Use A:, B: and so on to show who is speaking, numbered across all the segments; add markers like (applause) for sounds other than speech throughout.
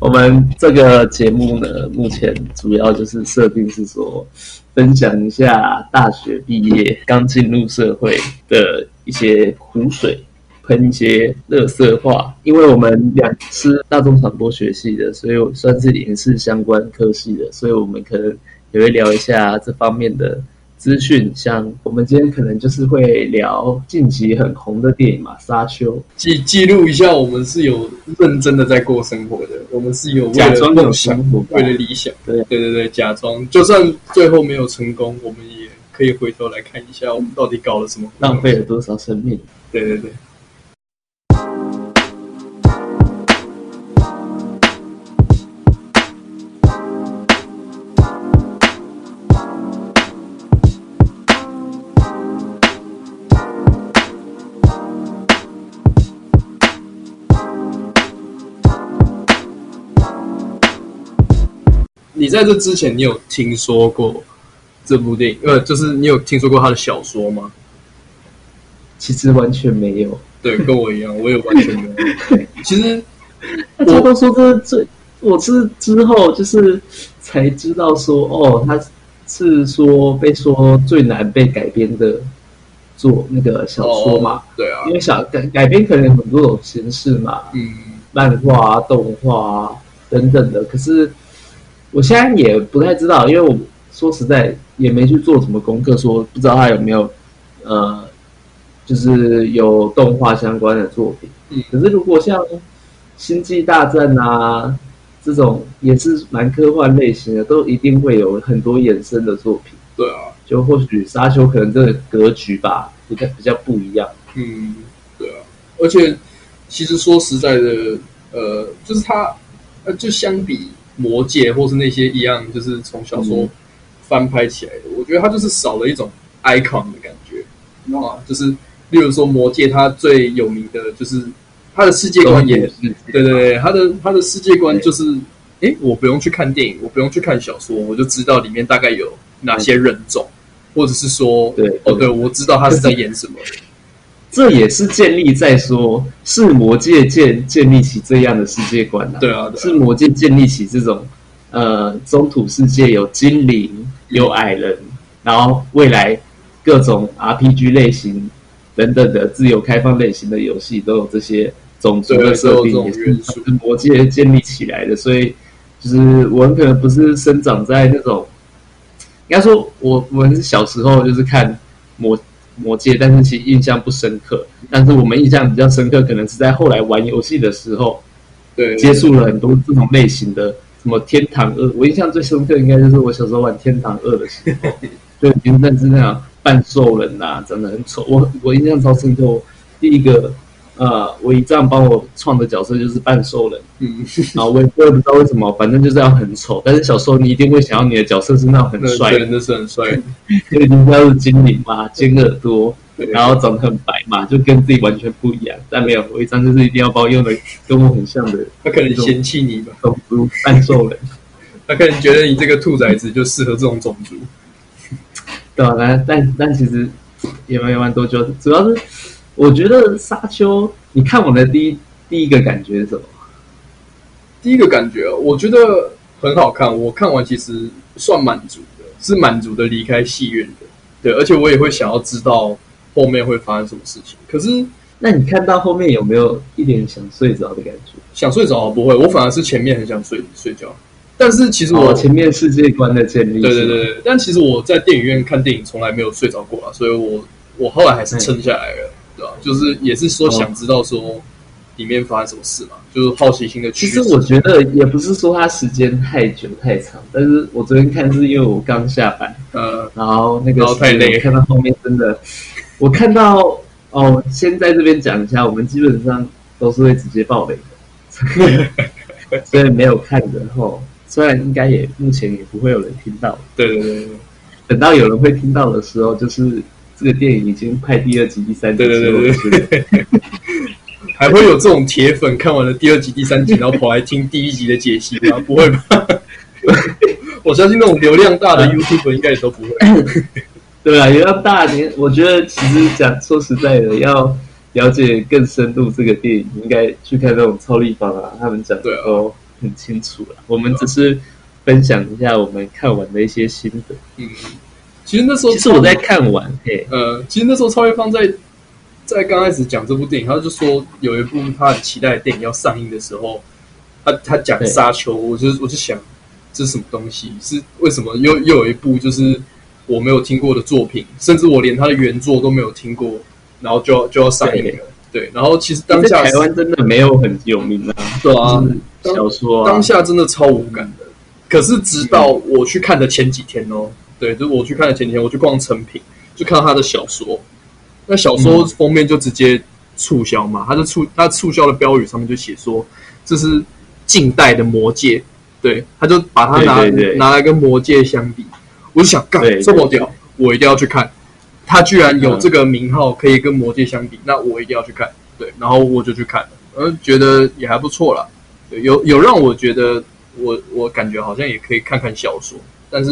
A: 我们这个节目呢，目前主要就是设定是说，分享一下大学毕业刚进入社会的一些苦水，喷一些乐色话。因为我们两是大众传播学系的，所以我算是影视相关科系的，所以我们可能也会聊一下这方面的。资讯，像我们今天可能就是会聊近期很红的电影嘛，《沙丘》，
B: 记记录一下，我们是有认真的在过生活的，我们是有为
A: 假
B: 了
A: 装有
B: 梦想
A: 生活吧，
B: 为了理想，
A: 对啊
B: 对对对，假装，就算最后没有成功，我们也可以回头来看一下，我们到底搞了什么，
A: 浪费了多少生命？
B: 对对对，你在这之前，你有听说过这部电影？呃，就是你有听说过他的小说吗？
A: 其实完全没有。
B: 对，跟我一样，我也完
A: (laughs)
B: 全没有。其实
A: 大家都说这是最，我是之后就是才知道说，哦，他是说被说最难被改编的作那个小说嘛，
B: 哦对啊，
A: 因为小改改编可能有很多种形式嘛，
B: 嗯，
A: 漫画、啊、动画、啊、等等的。可是我现在也不太知道，因为我说实在也没去做什么功课，说不知道他有没有呃，就是有动画相关的作品。
B: 嗯
A: 可是如果像《星际大战》啊这种也是蛮科幻类型的，都一定会有很多衍生的作品。
B: 对啊，
A: 就或许沙丘可能这个格局吧，比较比较不一样。
B: 嗯，对啊。而且其实说实在的，呃，就是他，呃，就相比《魔戒》或是那些一样，就是从小说
A: 嗯
B: 翻拍起来的，我觉得他就是少了一种 icon 的感觉，
A: 嗯
B: 你知道吗？就是例如说《魔戒》，它最有名的就是它的世界观也
A: 是
B: 对对对，他的他的世界观
A: 对
B: 就是，诶，我不用去看电影，我不用去看小说，我就知道里面大概有哪些人种，或者是说，
A: 对
B: 哦，对，我知道他是在演什
A: (laughs)
B: 么。
A: 这也是建立在说是魔界建建立起这样的世界观的、
B: 对啊，对
A: 是
B: 啊，
A: 魔界建立起这种呃中土世界有精灵有矮人，然后未来各种 RPG 类型等等的自由开放类型的游戏都有这些种族的
B: 对
A: 设
B: 都
A: 定，
B: 有
A: 也
B: 这种元
A: 是
B: 素
A: 是魔界建立起来的，所以就是我们可能不是生长在那种，应该说我我们是小时候就是看魔魔界，但是其实印象不深刻，但是我们印象比较深刻，可能是在后来玩游戏的时候。
B: 对，
A: 接触了很多这种类型的，什么《天堂二》，我印象最深刻应该就是我小时候玩《天堂二》的时候，就已经认识那样半兽人呐、长得很丑。我我印象超深刻，我第一个呃，我姨丈帮我创的角色就是半兽人， (laughs)
B: 嗯，
A: 然后我也我也不知道为什么，反正就是要很丑。但是小时候你一定会想要你的角色是那种很
B: 那
A: 帅
B: 对
A: 的，
B: 那是
A: (laughs)
B: 很帅的，
A: 就一定要是精灵嘛，尖耳朵，
B: 对
A: 然后长得很白嘛，就跟自己完全不一样。但没有，我姨丈就是一定要把我用的跟我很像的
B: 他可能嫌弃你吧，
A: 种族半兽人。
B: 他可能觉得你这个兔崽子就适合这种种族。
A: 对啊，但但但其实也没玩多久，主要是我觉得沙丘，你看我的第一第一个感觉是什么？
B: 第一个感觉，我觉得很好看，我看完其实算满足的，是满足的离开戏院的，对，而且我也会想要知道后面会发生什么事情，可是。
A: 那你看到后面有没有一点想睡着的感觉？
B: 想睡着不会，我反而是前面很想睡睡觉，但是其实我、
A: 我、哦前面世界观的建立，
B: 哦对对，对对，但其实我在电影院看电影从来没有睡着过啊，所以我我后来还是撑下来了，对吧、就是也是说
A: 哦
B: 想知道说里面发生什么事嘛，就是好奇心的驱
A: 其
B: 使
A: 实。我觉得也不是说它时间太久太长，但是我昨天看是因为我刚下班，
B: 呃，
A: 然后那个
B: 然后太累
A: 我看到后面真的，我看到哦，先在这边讲一下，我们基本上都是会直接爆雷
B: (laughs)
A: 的，所以没有看的后，虽然应该也目前也不会有人听到，
B: 对对对对
A: 等到有人会听到的时候，就是这个电影已经拍第二集、第三集
B: 对
A: 之后
B: 对对对对，还会有这种铁粉看完了第二集、第三集，然后跑来听第一集的解析吗？不会吧？
A: (laughs)
B: 我相信那种流量大的 YouTube 应该也都不会。
A: 对啊，也要大年，我觉得其实讲 (laughs) 说实在的，要了解更深入这个电影，应该去看那种超立方啊，他们讲
B: 对啊
A: 哦，很清楚了。我们只是分享一下我们看完的一些心得。
B: 嗯，其实那时候
A: 其实我在看完，嘿，
B: 呃，其实那时候超越方在在刚开始讲这部电影，他就说有一部他很期待的电影要上映的时候，他他讲《
A: 对
B: 沙丘》，我就我就想这是什么东西？是为什么又又有一部就是我没有听过的作品，甚至我连他的原作都没有听过，然后就要就要上映了。对，然后其实当下
A: 在台湾真的没有很有名啊，
B: 对啊
A: 就是小说啊
B: 当，下真的超无感的。可是直到我去看的前几天哦，对，就是我去看的前几天，我去逛成品，就看到他的小说。那小
A: 嗯
B: 说封面就直接促销嘛，他就促他促销的标语上面就写说这是近代的魔戒，对，他就把它拿
A: 对对对
B: 拿来跟魔戒相比，我就想干
A: 对对
B: 这么屌，我一定要去看。他居然有
A: 嗯
B: 这个名号可以跟魔戒相比，那我一定要去看。对，然后我就去看了，嗯，觉得也还不错啦。对有有让我觉得我我感觉好像也可以看看小说，但是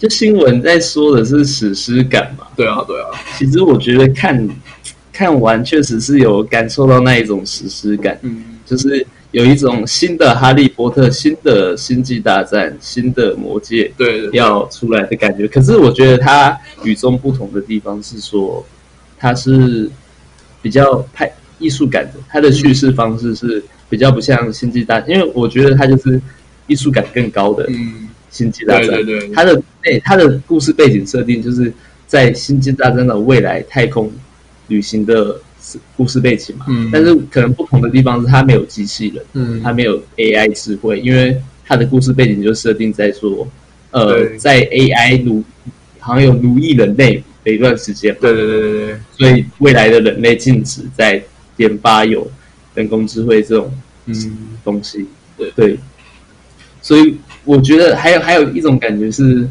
A: 就新闻在说的是史诗感嘛。
B: 对啊对啊，
A: 其实我觉得看看完确实是有感受到那一种史诗感，
B: 嗯
A: 就是有一种新的哈利波特、新的星际大战、新的魔戒
B: 对对
A: 要出来的感觉。可是我觉得它与众不同的地方是说，它是比较派艺术感的，它的叙事方式是比较不像星际大，因为我觉得它就是艺术感更高的
B: 嗯
A: 星际大战。
B: 对对对
A: 它的内它的故事背景设定就是在星际大战的未来太空旅行的故事背景嘛。
B: 嗯
A: 但是可能不同的地方是它没有机器人。
B: 嗯
A: 它没有 AI 智慧，因为它的故事背景就设定在说，呃
B: 对，
A: 在 AI 奴好像有奴役人类的一段时间嘛，
B: 对对对对对，
A: 所以未来的人类禁止在研发有人工智慧这种
B: 嗯
A: 东西。
B: 对
A: 对，所以我觉得还有还有一种感觉是，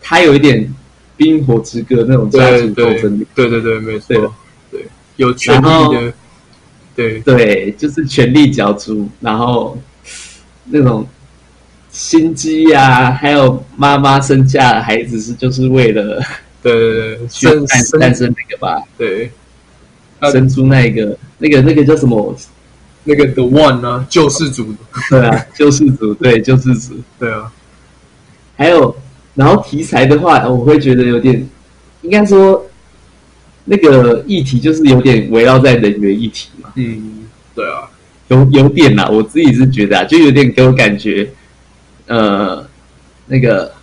A: 它有一点冰火之歌那种家
B: 对
A: 族
B: 对
A: 斗争力，
B: 对对对，没
A: 对的
B: 错，对有权利的，对
A: 对，就是权力角逐，然后那种心机呀、还有妈妈生下的孩子是就是为了
B: 对对对，
A: 去
B: 生
A: 诞诞
B: 生
A: 生那个吧，
B: 对啊
A: 生出那个那个那个叫什么？
B: 那个 The One 啊，救世主，
A: 对啊，救世主，对救世主。
B: 对啊，
A: 还有，然后题材的话，呃我会觉得有点，应该说那个议题就是有点围绕在人员议题嘛。
B: 嗯，对啊，
A: 有有点啦，我自己是觉得啊，就有点给我感觉，呃，那个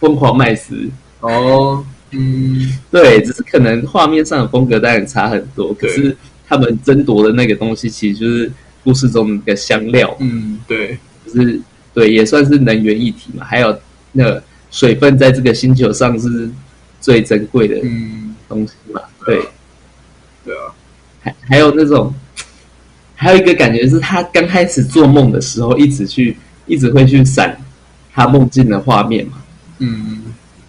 A: 疯狂麦斯，
B: 哦，嗯，
A: 对，只是可能画面上的风格当然差很多，可
B: 对
A: 是他们争夺的那个东西其实就是故事中的香料，
B: 嗯，对，
A: 就是对，也算是能源议题嘛，还有那个水分在这个星球上是最珍贵的
B: 嗯，
A: 东西嘛，
B: 对啊
A: 对，
B: 对啊，
A: 还还有那种，还有一个感觉是他刚开始做梦的时候，一直去，一直会去闪他梦境的画面嘛。
B: 嗯，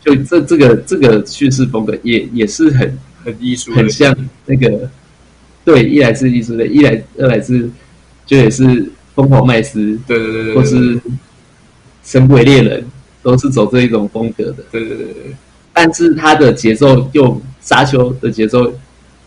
A: 就这这个这个叙事风格也也是很
B: 很艺术的，
A: 很像那个，对，一来是艺术类，一来二来是就也是疯狂麦斯
B: 对对对对，
A: 或是神鬼猎人，都是走这一种风格的。
B: 对对对对，
A: 但是它的节奏又沙丘的节奏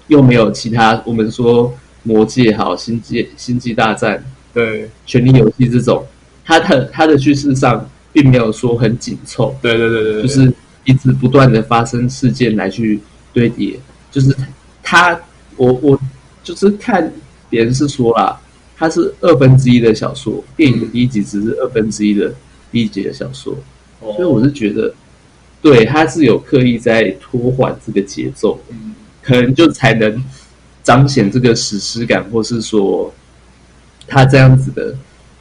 A: 又没有其他我们说魔界好星际星际大战
B: 对
A: 权力游戏这种，它的它的叙事上并没有说很紧凑，
B: 对对对对，
A: 就
B: 对
A: 是一直不断的发生事件来去堆叠，就是它我我就是看别人是说啦，它是二分之一的小说，电影的第一集只是二分之一的第一集的小说，所以
B: 哦，
A: 我是觉得，对，他是有刻意在拖缓这个节奏，
B: 嗯，
A: 可能就才能彰显这个史诗感，或是说他这样子的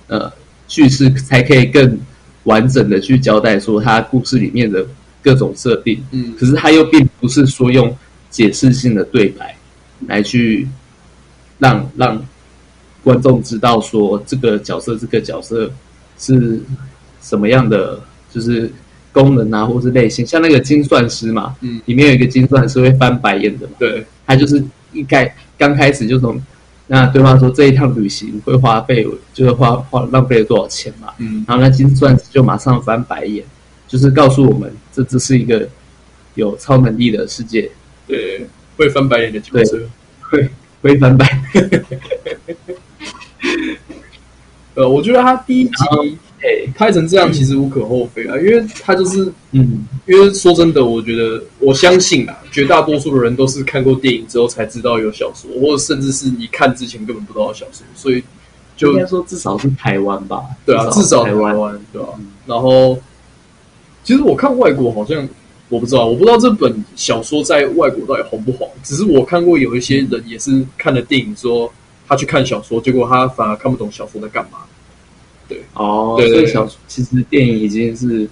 A: 呃叙事，才可以更完整的去交代说他故事里面的各种设定。
B: 嗯
A: 可是他又并不是说用解释性的对白来去让让观众知道说这个角色这个角色是什么样的，就是功能啊，或是类型。像那个金算师嘛，
B: 嗯，
A: 里面有一个金算师会翻白眼的嘛，
B: 对，
A: 他就是一开刚开始就从那对方说这一趟旅行会花费，就是花花浪费了多少钱嘛，
B: 嗯
A: 然后那金钻石就马上翻白眼，就是告诉我们这只是一个有超能力的世界，
B: 对，会翻白眼的角色，
A: 会会翻白。
B: 呃，我觉得他第一集
A: 对，
B: 拍成这样其实无可厚非啊，因为他就是
A: (laughs) 嗯，
B: 因为说真的，我觉得我相信啊，绝大多数的人都是看过电影之后才知道有小说，或者甚至是你看之前根本不知道有小说，所以就
A: 应该说至少是台湾吧，
B: 对啊，至少
A: 台
B: 台
A: 湾，
B: 湾对啊。然后，其实我看外国好像我不知道，我不知道这本小说在外国到底红不红。只是我看过有一些人也是看了电影说他去看小说，结果他反而看不懂小说在干嘛。
A: 哦，
B: 对对
A: 所以
B: 对
A: 小其实电影已经是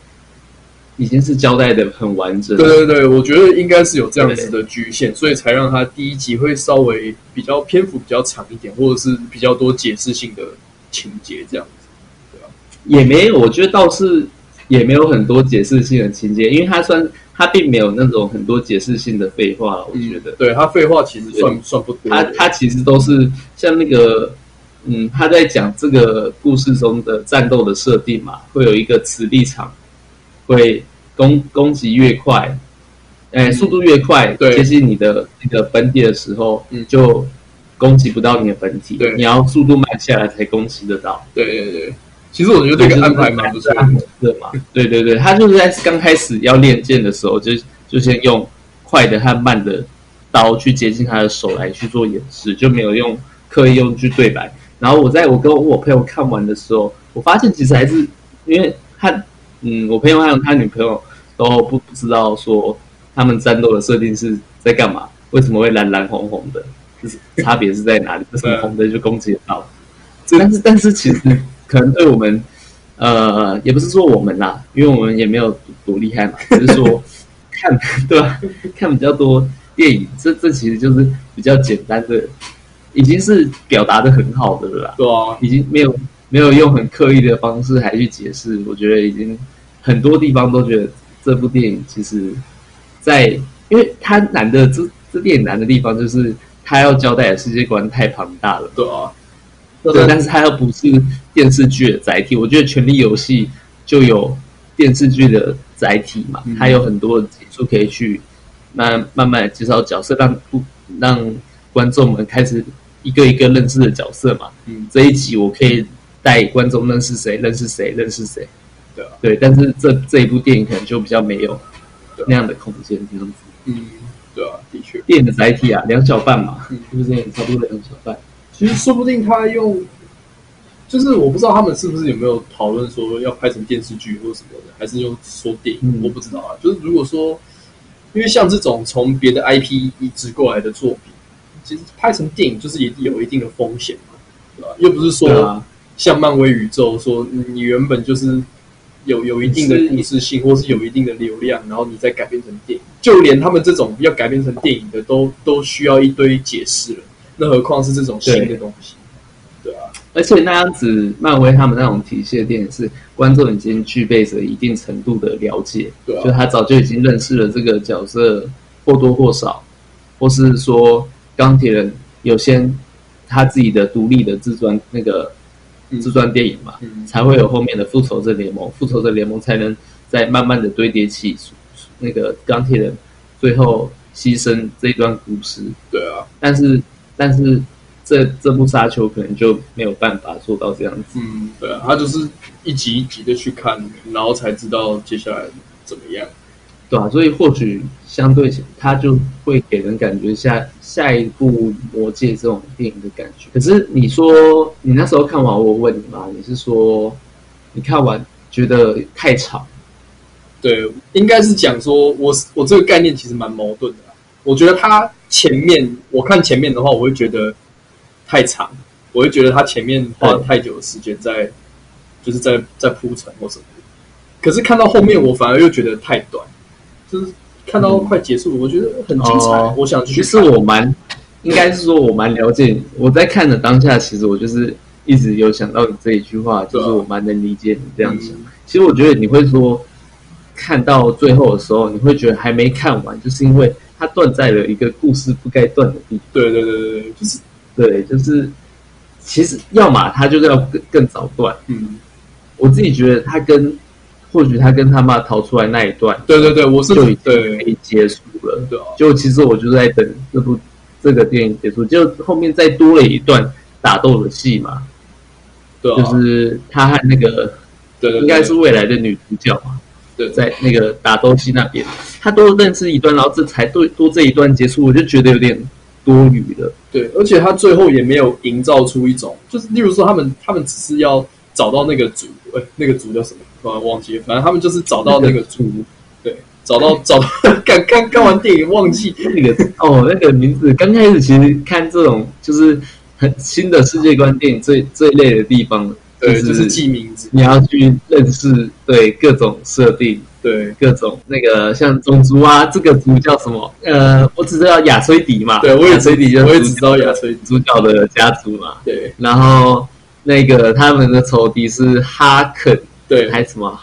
A: 已经是交代的很完整了，
B: 对对对，我觉得应该是有这样子的局限，所以才让他第一集会稍微比较篇幅比较长一点，或者是比较多解释性的情节这样子。
A: 也没有，我觉得倒是也没有很多解释性的情节，因为它算它并没有那种很多解释性的废话了，我觉得。
B: 对他废话其实算算不多。
A: 他他其实都是像那个，嗯，他在讲这个故事中的战斗的设定嘛，会有一个磁力场，会攻攻击越快，哎、速度越快，
B: 嗯对
A: 接近你的那个本体的时候，
B: 嗯
A: 就攻击不到你的本体，
B: 对
A: 你要速度慢下来才攻击得到，
B: 对对对，其实我觉得这个安排蛮不错的。
A: 对嘛？对对对，他就是在刚开始要练剑的时候，就就先用快的和慢的刀去接近他的手来去做演示，就没有用刻意用去对白。然后我在我跟我朋友看完的时候，我发现其实还是因为他，嗯，我朋友还有他女朋友都不不知道说他们战斗的设定是在干嘛，为什么会蓝蓝红红的，就是差别是在哪里？为什么红的就攻击得到？但是但是其实可能对我们，呃，也不是说我们啦，因为我们也没有多多厉害嘛，只是说看对吧、看比较多电影，这这其实就是比较简单的，已经是表达的很好的了啦。
B: 对啊，
A: 已经没有没有用很刻意的方式还去解释，我觉得已经很多地方都觉得这部电影其实在，因为它难的这这电影难的地方就是它要交代的世界观太庞大了，
B: 对啊，
A: 对，但是它又不是电视剧的载体，我觉得《权力游戏》就有电视剧的载体嘛
B: 嗯，
A: 它有很多的集数可以去慢慢慢地介绍角色，让不让观众们开始一个一个认识的角色嘛。
B: 嗯，
A: 这一集我可以带观众认识谁，认识谁，认识谁。
B: 对啊
A: 对，但是这这一部电影可能就比较没有
B: 对啊
A: 那样的空间，这样子。
B: 嗯，对啊，的确，
A: 电影的载体啊，两小半嘛，
B: 嗯
A: 是不是也差不多两小半？
B: 其实说不定他用，就是我不知道他们是不是有没有讨论说要拍成电视剧或什么的，还是用说电影，
A: 嗯
B: 我不知道啊。就是如果说，因为像这种从别的 IP 移植过来的作品，其实拍成电影就是也有一定的风险嘛，对吧？又不是说、
A: 对啊，
B: 像漫威宇宙说，嗯你你原本就是有有一定的故事性，或是有一定的流量，然后你再改编成电影，就连他们这种要改编成电影的都，都需要一堆解释了，那何况是这种新的东西？对啊，
A: 而且那样子，漫威他们那种体系的电影是观众已经具备着一定程度的了解，
B: 对
A: 就
B: 啊，
A: 他早就已经认识了这个角色，或多或少，或是说钢铁人有些他自己的独立的自传那个
B: 嗯
A: 自传电影嘛，
B: 嗯，
A: 才会有后面的复仇者联盟，复仇者联盟才能再慢慢的堆叠起那个钢铁人最后牺牲这一段故事。
B: 对啊，
A: 但是，但是这这部沙丘可能就没有办法做到这样子。
B: 嗯，对啊，他就是一集一集的去看，然后才知道接下来怎么样。
A: 对啊，所以或许相对起它就会给人感觉下下一部《魔戒》这种电影的感觉。可是你说你那时候看完，我问你嘛，你是说你看完觉得太长？
B: 对，应该是讲说我我这个概念其实蛮矛盾的啦。我觉得它前面我看前面的话，我会觉得太长，我会觉得它前面花了太久的时间在就是在在铺陈或什么的。可是看到后面，我反而又觉得太短，就是看到快结束，我觉得很精彩，
A: 哦
B: 我想继续
A: 其
B: 看。
A: 实我蛮，应该是说我蛮了解你。我在看的当下，其实我就是一直有想到你这一句话，就是我蛮能理解你这样想。
B: 嗯
A: 其实我觉得你会说，看到最后的时候，你会觉得还没看完，就是因为它断在了一个故事不该断的地方。
B: 对对对对对，就是
A: 对，就是其实要么它就是要更更早断。
B: 嗯，
A: 我自己觉得它跟或许它跟他妈逃出来那一段
B: 对对对，我是
A: 就已经可
B: 对
A: 以结束了。
B: 对啊，
A: 就其实我就是在等这部这个电影结束，就后面再多了一段打斗的戏嘛。
B: 对啊，
A: 就是他和那个
B: 对对，
A: 应该是未来的女主角嘛，
B: 对对
A: 在那个打斗戏那边，他多认识一段，然后这才多多这一段结束，我就觉得有点多余了。
B: 对，而且他最后也没有营造出一种，就是例如说他们他们只是要找到那个族，呃、那个族叫什么？突然忘记了，反正他们就是找到那个族，对，找到找到，刚刚看完电影忘记，
A: 那个 (laughs) 哦，那个名字刚开始其实看这种就是很新的世界观电影最最累的地方，
B: 对，
A: 就
B: 就是记名字，
A: 你要去认识对各种设定，
B: 对
A: 各种那个像种族啊，这个族叫什么？呃，我只知道亚崔迪嘛，
B: 对，我也
A: 亚
B: 知
A: 崔迪就是
B: 我也
A: 主
B: 只知道亚崔，
A: 主角的家族嘛，
B: 对
A: 然后那个他们的仇敌是哈肯
B: 对，
A: 还是什么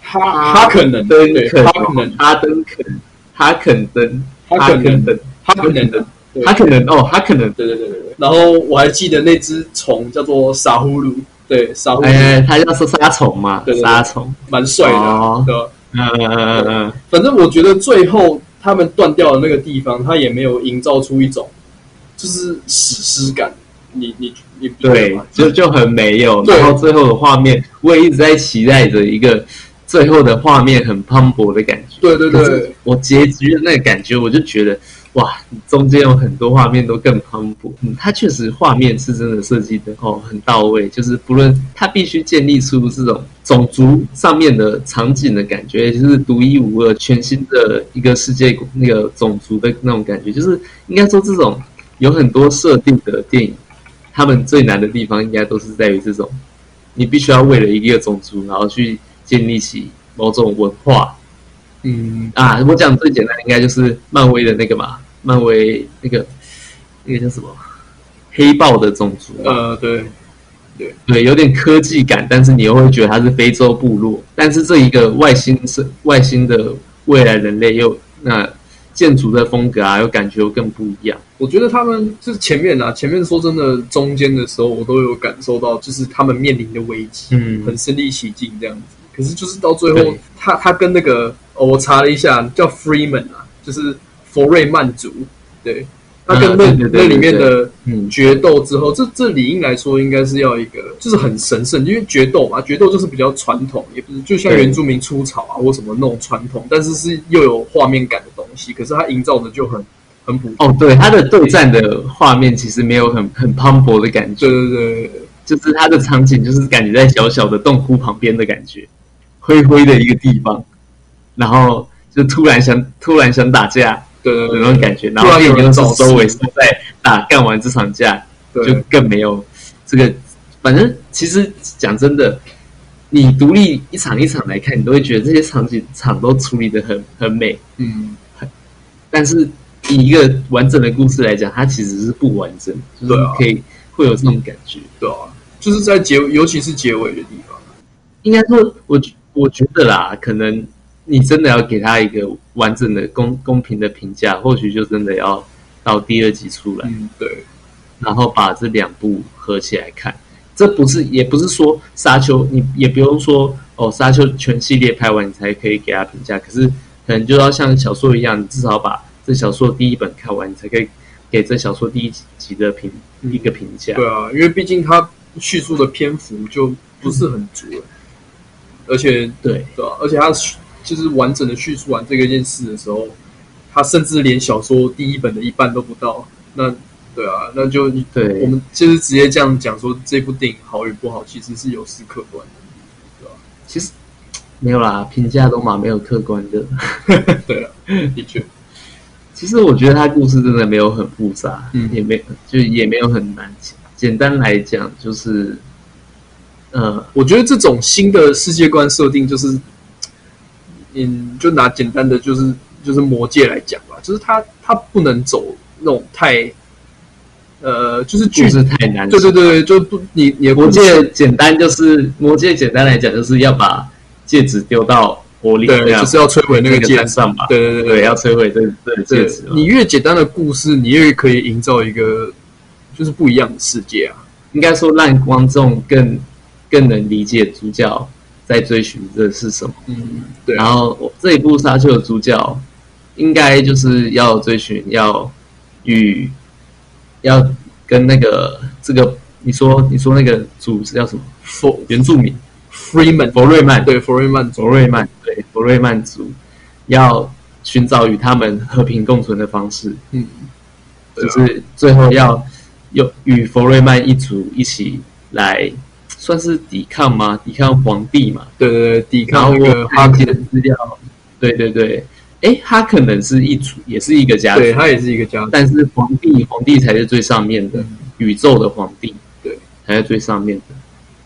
B: 哈哈可能，
A: 登
B: 对，
A: 肯
B: 哈可能，
A: 哈登肯哈肯登
B: 哈可能
A: 登
B: 哈可能的，对
A: 哈肯能哦哈肯能
B: 对对对对对。然后我还记得那只虫叫做傻呼噜，对，傻呼噜
A: 哎，他叫说杀虫嘛
B: 对对，对
A: 杀虫。
B: 蛮帅的啊
A: 哦，
B: 对吧？
A: 嗯嗯嗯嗯
B: 反正我觉得最后他们断掉的那个地方，他也没有营造出一种就是史诗感。你你你不觉得
A: 对
B: 吗，
A: 就就很没有。
B: 对
A: 然后最后的画面，我也一直在期待着一个最后的画面很磅礴的感觉。
B: 对对
A: 可是
B: 对
A: 我结局的那个感觉，我就觉得哇，中间有很多画面都更磅礴。嗯，它确实画面是真的设计的哦，很到位。就是不论它必须建立出这种种族上面的场景的感觉，也就是独一无二、全新的一个世界，那个种族的那种感觉，就是应该说这种有很多设定的电影，他们最难的地方应该都是在于这种，你必须要为了一个种族，然后去建立起某种文化。
B: 嗯，
A: 啊，我讲最简单应该就是漫威的那个嘛，漫威那个那个叫什么黑豹的种族嘛，
B: 呃，对
A: 对，有点科技感，但是你又会觉得它是非洲部落，但是这一个外星是外星的未来人类又那建筑的风格啊，又感觉又更不一样。
B: 我觉得他们就是前面啊，前面说真的，中间的时候我都有感受到，就是他们面临的危机，
A: 嗯
B: 很身临其境这样子。可是就是到最后
A: 对，
B: 他他跟那个哦，我查了一下，叫 Freeman 啊，就是佛瑞曼族，对，他跟那、
A: 嗯对对对
B: 那里面
A: 对
B: 的
A: 嗯，
B: 决斗之后，这这理应来说应该是要一个，就是很神圣，因为决斗嘛，决斗就是比较传统，也不是就像
A: 对
B: 原住民出草啊或什么那种传统，但是是又有画面感的东西，可是它营造的就很很普通。
A: 哦，对，它的对战的画面其实没有很很磅礴的感觉
B: 对，对对对
A: 就是它的场景就是感觉在小小的洞窟旁边的感觉，灰灰的一个地方，然后就突然想突然想打架
B: 对
A: 有
B: 对
A: 那种
B: 对
A: 感觉，然后
B: 突
A: 啊
B: 然
A: 电
B: 有
A: 影
B: 人
A: 又是
B: 找事
A: 收尾收在打干完这场架，
B: 对，
A: 就更没有这个。反正其实讲真的，你独立一场一场来看，你都会觉得这些场景场都处理的很很美，
B: 嗯，
A: 但是以一个完整的故事来讲，它其实是不完整，就是
B: 对啊
A: 可以、会有这种感觉。
B: 对啊，就是在结，尤其是结尾的地方。
A: 应该说，我觉我觉得啦，可能你真的要给他一个完整的公公平的评价，或许就真的要到第二集出来，
B: 嗯，对，
A: 然后把这两部合起来看。这不是，也不是说《沙丘》，你也不用说哦，《沙丘》全系列拍完你才可以给他评价。可是可能就要像小说一样，你至少把这小说第一本看完，你才可以给这小说第一集的评一个评价。
B: 对啊，因为毕竟它叙述的篇幅就不是很足了，而且
A: 对，
B: 对啊，而且他就是完整的叙述完这个件事的时候，他甚至连小说第一本的一半都不到。那对啊，那就你
A: 对
B: 我们就是直接这样讲说这部电影好与不好，其实是有史可观的。 (laughs)
A: 其实没有啦，评价都嘛没有客观的。
B: 对啊，的确，
A: 其实我觉得他故事真的没有很复杂，
B: 嗯
A: 也没就也没有很难。简单来讲就是，呃，
B: 我觉得这种新的世界观设定，就是，嗯，就拿简单的就是就是魔界来讲吧，就是他他不能走那种太，呃，就是
A: 故
B: 剧，
A: 事太难。
B: 对对对，就不你你的
A: 魔
B: 故事
A: 戒简单就是魔戒简单来讲就是要把戒指丢到火里，这
B: 对，
A: 样
B: 就是要摧毁那个戒
A: 山
B: 指。
A: 上吧？
B: 对对对
A: 对要啊摧毁这这个戒
B: 对
A: 指嘛。
B: 你越简单的故事，你越可以营造一个就是不一样的世界啊。
A: 应该说让观众更更能理解主角在追寻的是什么。
B: 嗯，对
A: 然后我这一部《沙丘》的主角，应该就是要追寻要与要跟那个这个你说你说那个主叫什么
B: 佛
A: 原住民
B: Freeman
A: 佛瑞曼，
B: 对佛瑞曼族
A: 佛瑞曼，对佛瑞曼族要寻找与他们和平共存的方式，
B: 嗯，对
A: 就
B: 啊
A: 是最后要有与佛瑞曼一族一起来，算是抵抗吗？抵抗皇帝嘛？
B: 对对对，抵
A: 然后
B: 抗那个
A: 我
B: 哈
A: 哈
B: 克
A: 基，的资料，对对对，诶，他可能是一族，也是一个家族
B: 对，他也是一个家族，
A: 但是皇帝皇帝才是最上面的，
B: 嗯
A: 宇宙的皇帝，
B: 对，
A: 才是最上面的。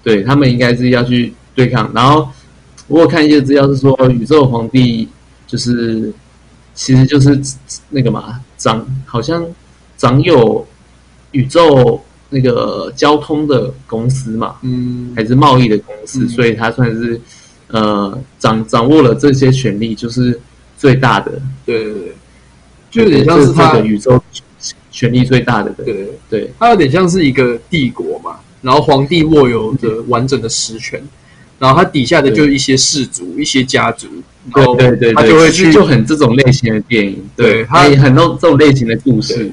A: 对他们应该是要去对抗。然后我有看一些资料是说，宇宙皇帝就是其实就是那个嘛，掌好像掌有宇宙那个交通的公司嘛，
B: 嗯，
A: 还是贸易的公司，
B: 嗯
A: 所以他算是呃掌掌握了这些权利，就是最大的，
B: 对对对，就有点像是
A: 这
B: 他
A: 这，个宇宙权力最大的人。
B: 对，
A: 对
B: 他有点像是一个帝国嘛，然后皇帝握有
A: 嗯
B: 着完整的实权，然后他底下的就是一些氏族、一些家族，然后
A: 对对，
B: 他就会
A: 其
B: 去
A: 实，就很这种类型的电影，
B: 对他
A: 它也很多这种类型的故事，哎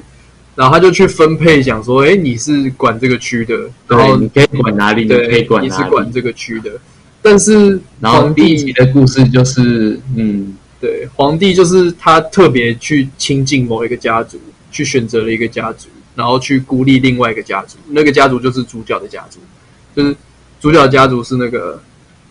B: 然后他就去分配，讲说，哎，你是管这个区的，然后
A: 对，你可以管哪里，你可以
B: 对，
A: 管
B: 你是
A: 哪
B: 管
A: 里。
B: 这个区的，但是
A: 然后
B: 皇
A: 第一集
B: 帝
A: 的故事就是，嗯，
B: 对皇帝就是他特别去亲近某一个家族，去选择了一个家族，然后去孤立另外一个家族，那个家族就是主角的家族，就是主角的家族是那个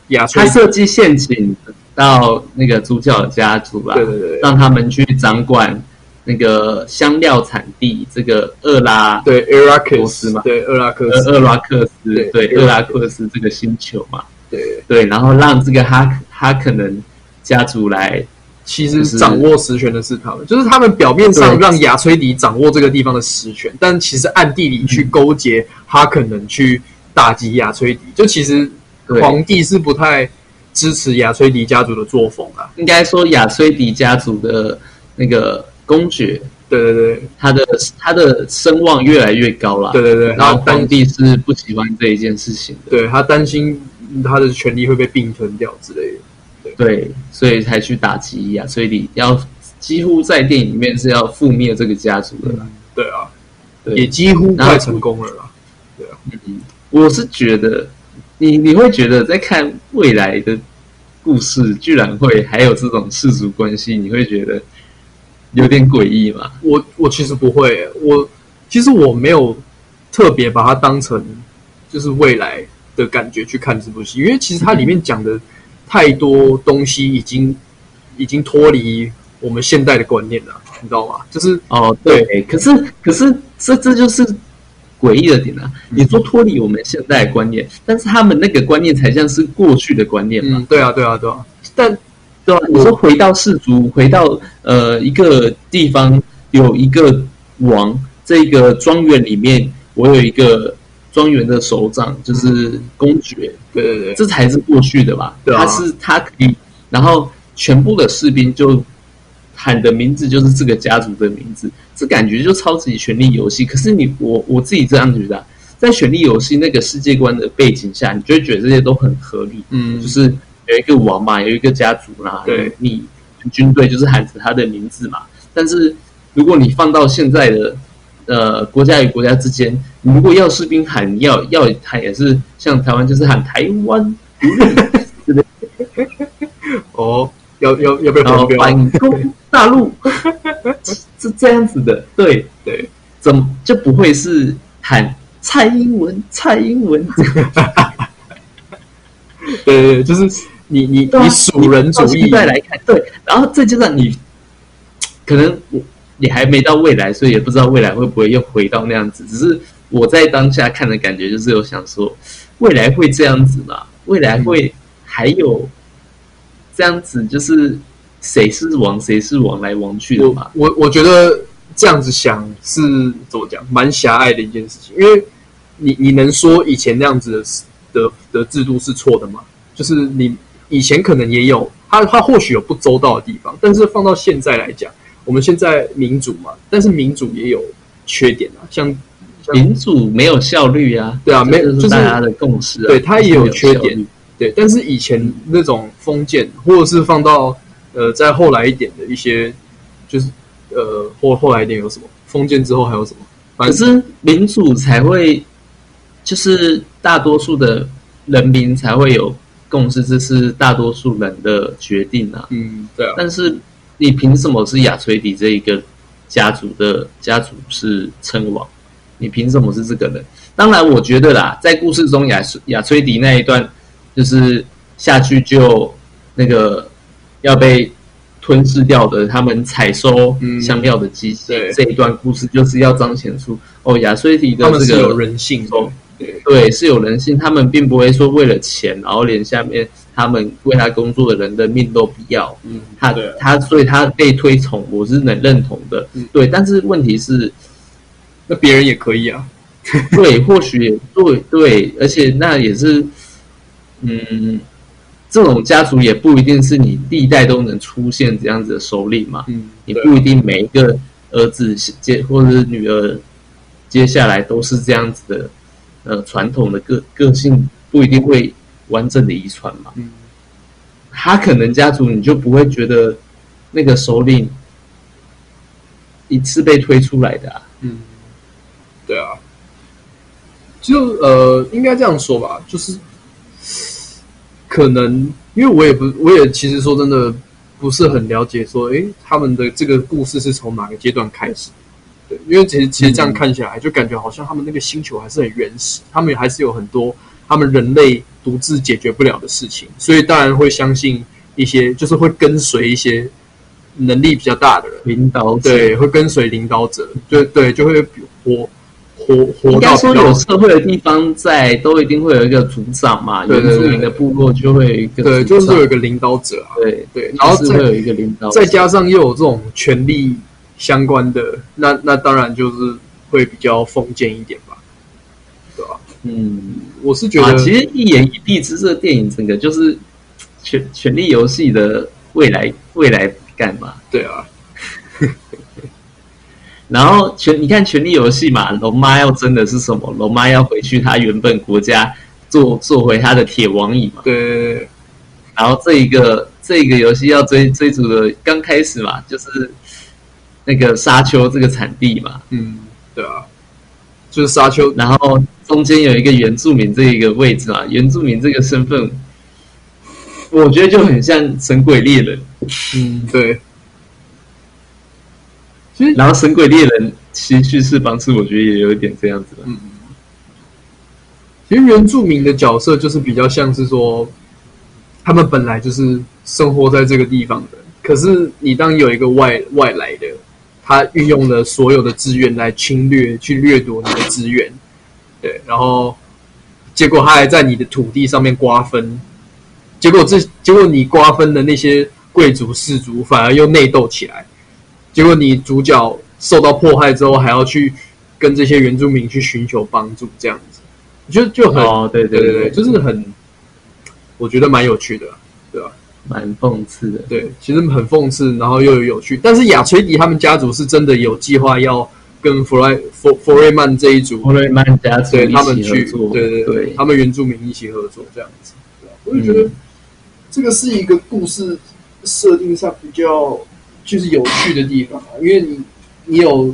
B: 亚
A: 他
B: 粹
A: 设计陷阱到那个主角的家族吧，
B: 对对对
A: 让他们去掌管那个香料产地，这个厄拉
B: 对 e r a c
A: 罗
B: u
A: 斯呃
B: s
A: 嘛
B: 对 e r a c u
A: 厄
B: s
A: 厄拉克斯，
B: 对
A: 对
B: 厄
A: 厄
B: 拉
A: 拉克斯这个星球嘛，
B: 对，
A: 对，然后让这个哈哈可能家族来
B: 其实
A: 就是
B: 掌握实权的是他们，就是他们表面上
A: 对
B: 让亚崔迪掌握这个地方的实权，但其实暗地里去勾结哈肯能去打击亚崔迪，就其实
A: 对
B: 皇帝是不太支持亚崔迪家族的作风啊，
A: 应该说亚崔迪家族的那个公爵，
B: 对对对
A: 他的他的声望越来越高了。
B: 对对对，
A: 然
B: 他
A: 后
B: 担
A: 皇帝是不喜欢这一件事情的，
B: 对他担心他的权力会被并吞掉之类的，
A: 对，所以才去打击亚崔迪，要几乎在电影里面是要覆灭这个家族的啦。
B: 对啊，也
A: 对，
B: 几乎
A: 然后
B: 快成功了啦。
A: 嗯我是觉得你你会觉得在看未来的故事，居然会还有这种氏族关系，你会觉得有点诡异嘛？
B: 我我其实不会耶，我其实我没有特别把它当成就是未来的感觉去看这部戏，因为其实它里面讲的太多东西已经已经脱离我们现代的观念了，你知道吗？就是
A: 哦，
B: 对
A: 对，可是可是这这就是诡异的点啊！
B: 嗯
A: 你说脱离我们现代的观念，但是他们那个观念才像是过去的观念嘛，
B: 嗯，对啊，对啊，对啊，但
A: 对吧、你说回到氏族，回到呃一个地方有一个王，这个庄园里面我有一个庄园的首长，就是公爵，
B: 对对对，
A: 这才是过去的吧？
B: 对啊
A: 他是他可以，然后全部的士兵就喊的名字就是这个家族的名字，这感觉就超级权力游戏。可是你我我自己这样觉得啊、在权力游戏那个世界观的背景下，你就会觉得这些都很合理，
B: 嗯
A: 就是有一个王嘛，有一个家族啦，
B: 对
A: 你军队就是喊着他的名字嘛。但是如果你放到现在的呃国家与国家之间，你如果要士兵喊要要喊也是像台湾就是喊台湾，
B: 哦，要要要不
A: 然
B: 要
A: 后
B: 不要？
A: 反攻大
B: (laughs)
A: 陆，是这样子的，对，
B: 对，
A: 怎么就不会是喊蔡英文蔡英文？
B: 对对对，就是你你
A: 对啊
B: 你属人主
A: 到
B: 义
A: 现，在来看，对，然后再加上你可能我也还没到未来，所以也不知道未来会不会又回到那样子。只是我在当下看的感觉就是有想说，未来会这样子吗？未来
B: 嗯
A: 会还有这样子，就是谁是王，谁是王来王去的
B: 我
A: 嘛？
B: 我我觉得这样子想是怎么讲，蛮狭隘的一件事情，因为你你能说以前那样子的的的制度是错的吗？就是你以前可能也有，它它或许有不周到的地方，但是放到现在来讲，我们现在民主嘛，但是民主也有缺点啊，像像
A: 民主没有效率啊，
B: 对啊没
A: 这就
B: 就是
A: 是大家的共识啊，
B: 对它也
A: 就是没
B: 有缺
A: 效率
B: 点，对，但是以前那种封建，或者是放到呃再后来一点的一些，就是呃或后来一点有什么封建之后还有什么？反
A: 可
B: 正
A: 是民主才会，就是大多数的人民才会有共识，这是大多数人的决定啊。
B: 嗯，对啊，
A: 但是你凭什么是亚垂迪这一个家族的家族是称王？你凭什么是这个人？当然，我觉得啦，在故事中亚亚崔迪那一段，就是下去就那个要被吞噬掉的，他们采收
B: 嗯
A: 香料的机器、
B: 对
A: 这一段故事，就是要彰显出哦，亚崔迪的
B: 他们
A: 这
B: 是有
A: 个
B: 人性的
A: 哦，
B: 对，
A: 对，是有人性，他们并不会说为了钱，然后连下面他们为他工作的人的命都不要。
B: 嗯，
A: 他
B: 对啊，
A: 他，所以他被推崇，我是能认同的
B: 嗯。
A: 对，但是问题是，
B: 那别人也可以啊，
A: 对，或许也对对，而且那也是，嗯，这种家族也不一定是你历代都能出现这样子的首领嘛。
B: 嗯，
A: 你
B: 对
A: 不一定每一个儿子接或者是女儿接下来都是这样子的，呃，传统的个个性不一定会完整的遗传嘛。
B: 嗯，
A: 他可能家族你就不会觉得那个首领一次被推出来的、啊，
B: 嗯，对啊，就呃，应该这样说吧，就是可能因为我也不，我也其实说真的不是很了解说，诶，他们的这个故事是从哪个阶段开始的？对，因为其实其实这样看起来，就感觉好像他们那个星球还是很原始，他们还是有很多他们人类独自解决不了的事情，所以当然会相信一些，就是会跟随一些能力比较大的人。
A: 领导者。
B: 对，会跟随领导者，就对，就会比活活活
A: 应
B: 到
A: 该
B: 比
A: 说有
B: 较
A: 社会的地方在，都一定会有一个族长嘛，
B: 对对
A: 原住
B: 对
A: 民的部落就会有一个
B: 对，
A: 族
B: 就是
A: 长
B: 有一个领导者啊，
A: 对，
B: 对，然后
A: 就是会有
B: 再
A: 一个领导者，
B: 再加上又有这种权力相关的，那那当然就是会比较封建一点吧，对吧、
A: 嗯，
B: 我是觉得，
A: 啊，其实一言以蔽之，这个电影整个就是权权力游戏的未来未来感嘛。
B: 对啊，
A: 然后权，你看权力游戏嘛，龙妈要争的是什么？龙妈要回去她原本国家做做回她的铁王椅嘛。
B: 对对对
A: 然后这一个这一个游戏要追追逐的刚开始嘛，就是那个沙丘这个产地嘛。
B: 嗯，对啊，就是沙丘，
A: 然后中间有一个原住民这一个位置嘛，原住民这个身份，我觉得就很像神鬼猎人。
B: 嗯，对，
A: 然后《神鬼猎人》其实叙事方式，我觉得也有一点这样子的。
B: 嗯，其实原住民的角色就是比较像是说，他们本来就是生活在这个地方的，可是你当有一个外外来的，他运用了所有的资源来侵略、去掠夺你的资源，对，然后结果他还在你的土地上面瓜分，结果这结果你瓜分的那些贵族士族反而又内斗起来，结果你主角受到迫害之后，还要去跟这些原住民去寻求帮助，这样子，就就
A: (laughs)
B: 很、
A: 哦，对
B: 对
A: 对
B: 对对，
A: 就
B: 就是是很，我觉得蛮有趣的，对吧、
A: 蛮讽刺的。
B: 对，其实很讽刺，然后又有有趣。但是亚崔迪他们家族是真的有计划要跟弗莱弗弗瑞曼这一
A: 弗
B: 族，
A: 瑞曼家族
B: 对
A: 一
B: 他们
A: 起
B: 去
A: 合，作，
B: 对对
A: 对，
B: 他们原住民一起合作这样子。对啊我就觉得
A: 嗯
B: 这个是一个故事设定上比较就是有趣的地方啊，因为你你有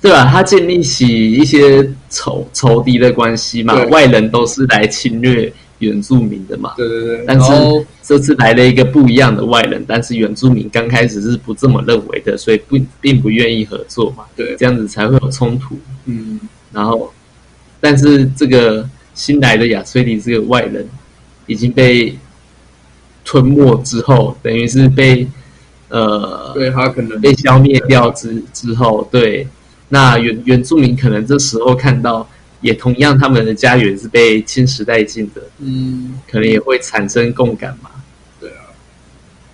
A: 对吧？他建立起一些仇仇敌的关系嘛
B: 对，
A: 外人都是来侵略原住民的嘛。
B: 对对对，
A: 但
B: 然
A: 是
B: 后
A: 这次来了一个不一样的外人，但是原住民刚开始是不这么认为的，所以不并不愿意合作嘛，
B: 对，
A: 这样子才会有冲突。
B: 嗯，
A: 然后，但是这个新来的亚崔迪这个外人已经被吞没之后，等于是被呃
B: 对他可能
A: 被消灭掉之之后，对，那原原住民可能这时候看到，也同样他们的家园是被侵蚀殆尽的，
B: 嗯，
A: 可能也会产生共感嘛。
B: 对啊，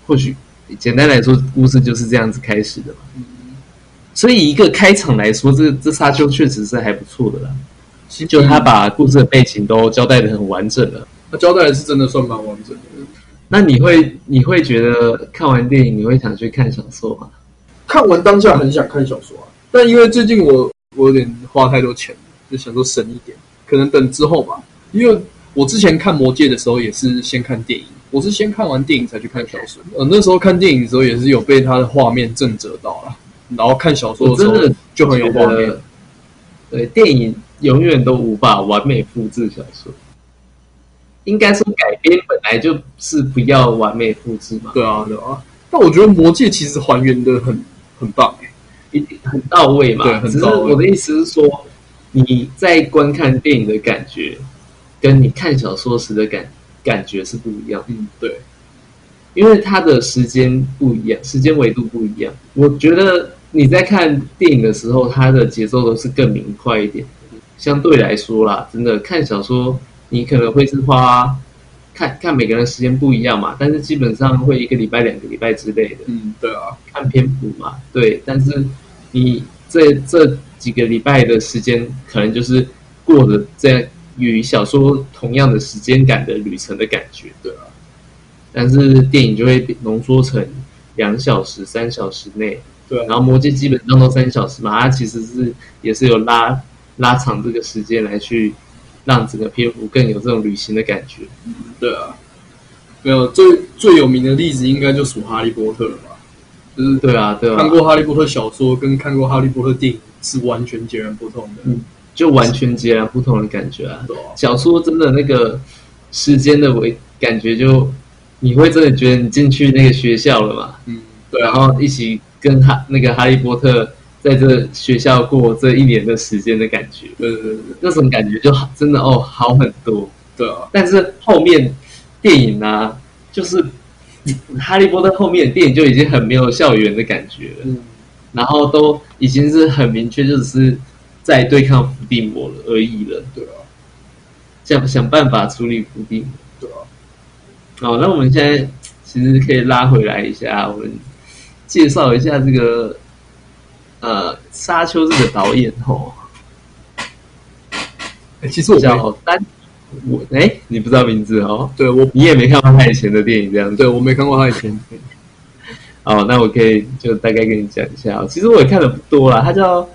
A: 或许简单来说，故事就是这样子开始的嘛。
B: 嗯
A: 所以一个开场来说，这这沙丘确实是还不错的啦。
B: 其实
A: 就他把故事的背景都交代的很完整了。
B: 他交代的是真的算蛮完整的。
A: 那你会你会觉得看完电影你会想去看小说吗？
B: 看完当下很想看小说啊，但因为最近我我有点花太多钱了，就想说省一点，可能等之后吧。因为我之前看《魔戒》的时候也是先看电影，我是先看完电影才去看小说。呃，那时候看电影的时候也是有被它的画面震慑到了，然后看小说
A: 我
B: 的时
A: 哦真的
B: 候就很有画
A: 觉。
B: 面
A: 得对，电影永远都无法完美复制小说。应该说改编本来就是不要完美复制嘛，
B: 对啊，对啊。但我觉得《魔戒》其实还原的很很棒、欸，
A: 一定很到位嘛。
B: 对很
A: 只是
B: 到位
A: 我的意思是说，你在观看电影的感觉，跟你看小说时的感感觉是不一样的。
B: 嗯，对，
A: 因为它的时间不一样，时间维度不一样。我觉得你在看电影的时候，它的节奏都是更明快一点。相对来说啦，真的看小说，你可能会是花看看每个人时间不一样嘛，但是基本上会一个礼拜、两个礼拜之类的
B: 嗯，对啊，
A: 看篇幅嘛。对，但是你这这几个礼拜的时间，可能就是过的这样与小说同样的时间感的旅程的感觉。
B: 对啊，
A: 但是电影就会浓缩成两小时、三小时内，
B: 对
A: 然
B: 啊，
A: 后《魔戒》基本上都三小时嘛，它其实是也是有拉拉长这个时间来去让整个篇幅更有这种旅行的感觉。
B: 对啊。没有最最有名的例子应该就属《哈利波特》了吧？就是
A: 对啊，对啊
B: 看，过《哈利波特》小说跟看过《哈利波特》电影是完全截然不同的，
A: 嗯就完全截然不同的感觉啊！
B: 对啊
A: 小说真的那个时间的维感觉就，你会真的觉得你进去那个学校了嘛？
B: 嗯，对
A: 然
B: 啊，
A: 后一起跟哈那个哈利波特在这学校过这一年的时间的感觉。
B: 对对对对
A: 那种感觉就好，真的哦好很多。
B: 对啊，
A: 但是后面电影啊，就是《哈利波特》后面的电影就已经很没有校园的感觉了，
B: 嗯，
A: 然后都已经是很明确，就只是在对抗伏地魔了而已了，
B: 对啊，
A: 想想办法处理伏地魔。
B: 对啊，
A: 哦，那我们现在其实可以拉回来一下，我们介绍一下这个呃《沙丘》这个导演哦，
B: 哎其实我没，
A: 叫丹，我哎，你不知道名字哦。
B: 对我
A: 你也没看过他以前的电影这样子
B: 对我没看过他以前的电影，
A: 哦，那我可以就大概跟你讲一下、哦。其实我也看的不多啦，他叫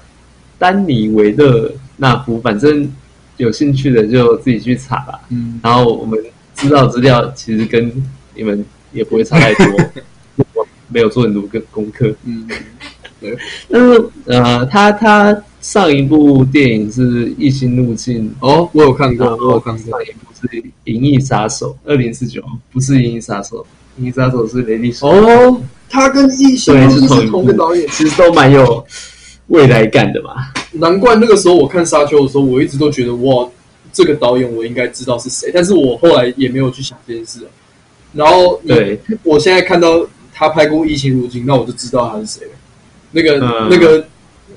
A: 丹尼维勒纳夫，反正有兴趣的就自己去查啦。
B: 嗯，
A: 然后我们知道资料其实跟你们也不会差太
B: (laughs)
A: 多，我没有做很多个功课。
B: 嗯，对，
A: 但是呃，他他上一部电影是《异星入境》，
B: 哦，我有看过，
A: 然
B: 我有
A: 后
B: 看
A: 上
B: 过，
A: 一部是《银翼杀手》，二零四九不是《银翼杀手》，《银翼杀手》是雷利·史密斯
B: 哦，他跟异形
A: 对，
B: 是
A: 同一
B: 同
A: 部
B: 个导演，
A: 其实都蛮有未来感的嘛。
B: 难怪那个时候我看《沙丘》的时候，我一直都觉得哇，这个导演我应该知道是谁，但是我后来也没有去想这件事啊。然后你
A: 对，
B: 我现在看到他拍过《异形入境》，那我就知道他是谁了。那个、
A: 嗯
B: 那个